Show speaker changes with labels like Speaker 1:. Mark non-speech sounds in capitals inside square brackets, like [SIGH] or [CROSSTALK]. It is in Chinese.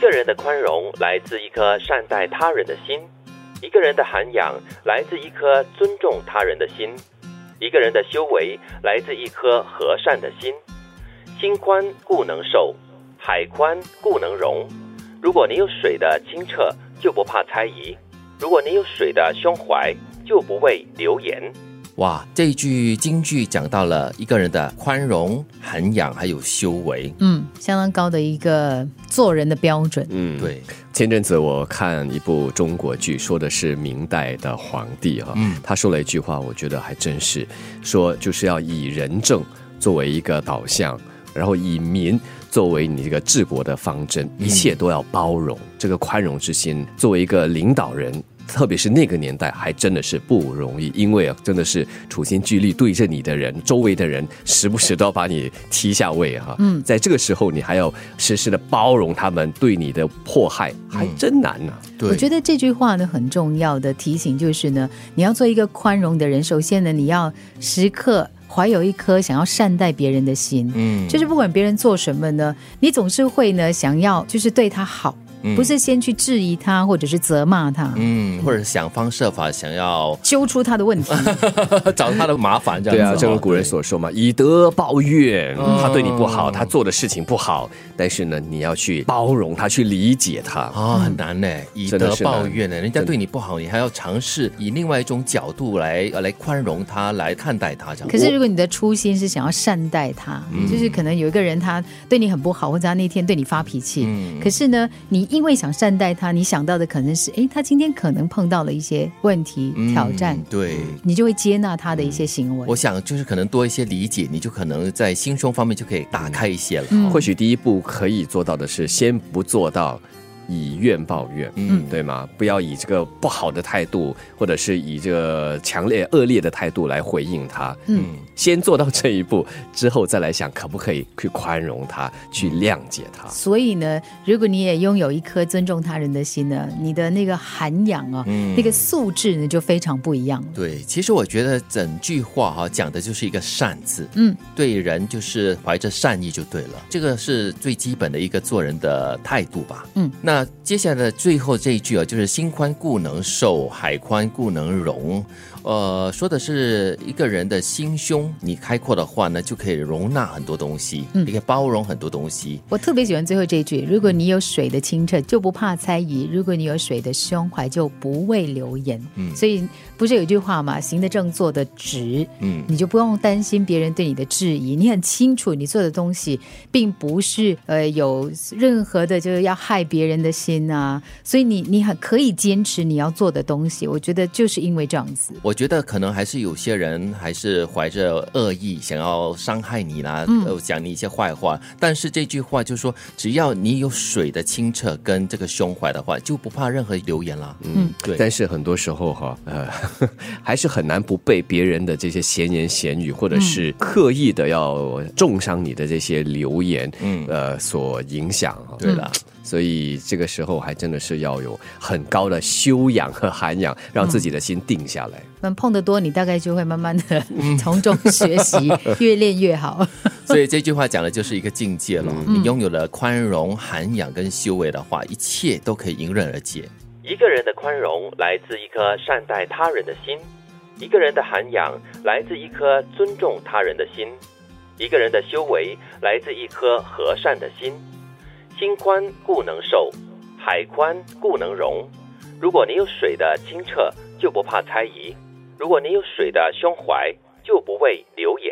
Speaker 1: 个人的宽容来自一颗善待他人的心，一个人的涵养来自一颗尊重他人的心，一个人的修为来自一颗和善的心。心宽故能瘦，海宽故能容。如果你有水的清澈，就不怕猜疑；如果你有水的胸怀，就不畏流言。
Speaker 2: 哇，这一句京剧讲到了一个人的宽容、涵养还有修为。
Speaker 3: 嗯，相当高的一个做人的标准。
Speaker 4: 嗯，。
Speaker 2: 对，
Speaker 4: 前阵子我看一部中国剧，说的是明代的皇帝哈、
Speaker 2: 嗯
Speaker 4: 他说了一句话，我觉得还真是，说就是要以仁政作为一个导向，然后以民作为你这个治国的方针，一切都要包容，这个宽容之心作为一个领导人。特别是那个年代，还真的是不容易，因为啊，真的是处心积虑对着你的人，周围的人，时不时都要把你踢下位哈、嗯，在这个时候，你还要时时的包容他们对你的迫害，还真难啊呐、
Speaker 2: 对
Speaker 3: 我觉得这句话呢很重要的提醒就是呢，你要做一个宽容的人，首先呢，你要时刻怀有一颗想要善待别人的心，
Speaker 2: 嗯，
Speaker 3: 就是不管别人做什么呢，你总是会呢想要就是对他好，
Speaker 1: Mmh.
Speaker 3: 不是先去质疑他或者是责骂他，
Speaker 2: 嗯，或者想方设法
Speaker 4: [LAUGHS]
Speaker 2: 想要
Speaker 3: 揪出他的问
Speaker 2: [LAUGHS]
Speaker 3: 题。
Speaker 2: 找他的麻烦，这
Speaker 4: 对啊，
Speaker 2: 样子哦。
Speaker 4: 正如古人所说嘛，以德报怨。
Speaker 2: 嗯
Speaker 4: 他对你不好，他做的事情不好，但是呢，你要去包容他，去理解他。
Speaker 2: 啊、很难呢，以
Speaker 4: 真的
Speaker 2: 德
Speaker 4: 是
Speaker 2: 报
Speaker 4: 难
Speaker 2: 怨呢，人家对你不好，你还要尝试以另外一种角度来呃来宽容他，来看待他这样。哦
Speaker 3: 可是如果你的初心是想要善待他，就是可能有一个人他对你很不好，或者他那天对你发脾气，可是呢，你因为想善待他，你想到的可能是，诶，他今天可能碰到了一些问题、
Speaker 2: 嗯
Speaker 3: 挑战，
Speaker 2: 对。
Speaker 3: 你就会接纳他的一些行为。
Speaker 2: 我想就是可能多一些理解，你就可能在心胸方面就可以打开一些了。
Speaker 3: 嗯
Speaker 4: 或许第一步可以做到的是，先不做到以怨报怨，
Speaker 2: 嗯
Speaker 4: 嗯，对吗？不要以这个不好的态度，或者是以这个强烈恶劣的态度来回应他。
Speaker 3: 嗯
Speaker 4: 先做到这一步之后，再来想可不可以去宽容他，去谅解他。
Speaker 3: 所以呢，如果你也拥有一颗尊重他人的心呢，你的那个涵养啊，那个素质呢就非常不一样了。
Speaker 2: 对，其实我觉得整句话哈、讲的就是一个善字，
Speaker 3: 嗯，
Speaker 2: 对人就是怀着善意就对了，这个是最基本的一个做人的态度吧。
Speaker 3: 嗯，
Speaker 2: 那接下来的最后这一句啊，就是心宽故能瘦，海宽故能容。呃，说的是一个人的心胸，你开阔的话呢，就可以容纳很多东西，
Speaker 3: 嗯
Speaker 2: 也可以包容很多东西。
Speaker 3: 我特别喜欢最后这一句：如果你有水的清澈，就不怕猜疑；如果你有水的胸怀，就不畏流言。
Speaker 2: 嗯
Speaker 3: 所以不是有一句话嘛，“行得正，坐得直”，
Speaker 2: 嗯，
Speaker 3: 你就不用担心别人对你的质疑，你很清楚你做的东西并不是呃有任何的就是要害别人的心啊，所以你你很可以坚持你要做的东西。我觉得就是因为这样子，
Speaker 2: 我觉得可能还是有些人还是怀着恶意，想要伤害你啦，
Speaker 3: 嗯
Speaker 2: 呃，讲你一些坏话。但是这句话就说，只要你有水的清澈跟这个胸怀的话，就不怕任何流言啦。
Speaker 3: 嗯
Speaker 2: 对
Speaker 4: 但是很多时候哈，呃， [LAUGHS] 还是很难不被别人的这些闲言闲语，或者
Speaker 2: 嗯
Speaker 4: 是刻意的要重伤你的这些流言，
Speaker 2: 嗯
Speaker 4: 呃，所影响哈。
Speaker 2: 对了，
Speaker 4: 所以这个时候还真的是要有很高的修养和涵养，让自己的心定下来。
Speaker 3: 那碰得多，你大概就会慢慢的
Speaker 2: 嗯
Speaker 3: 从中学
Speaker 2: [LAUGHS]
Speaker 3: 习，越练越好。
Speaker 2: 所以这句话讲的就是一个境界了。你拥有了宽容、涵养跟修为的话，一切都可以迎刃而解。
Speaker 1: 一个人的宽容来自一颗善待他人的心，一个人的涵养来自一颗尊重他人的心，一个人的修为来自一颗和善的心。心宽故能瘦，海宽故能容。如果你有水的清澈，就不怕猜疑；如果你有水的胸怀，就不畏流言。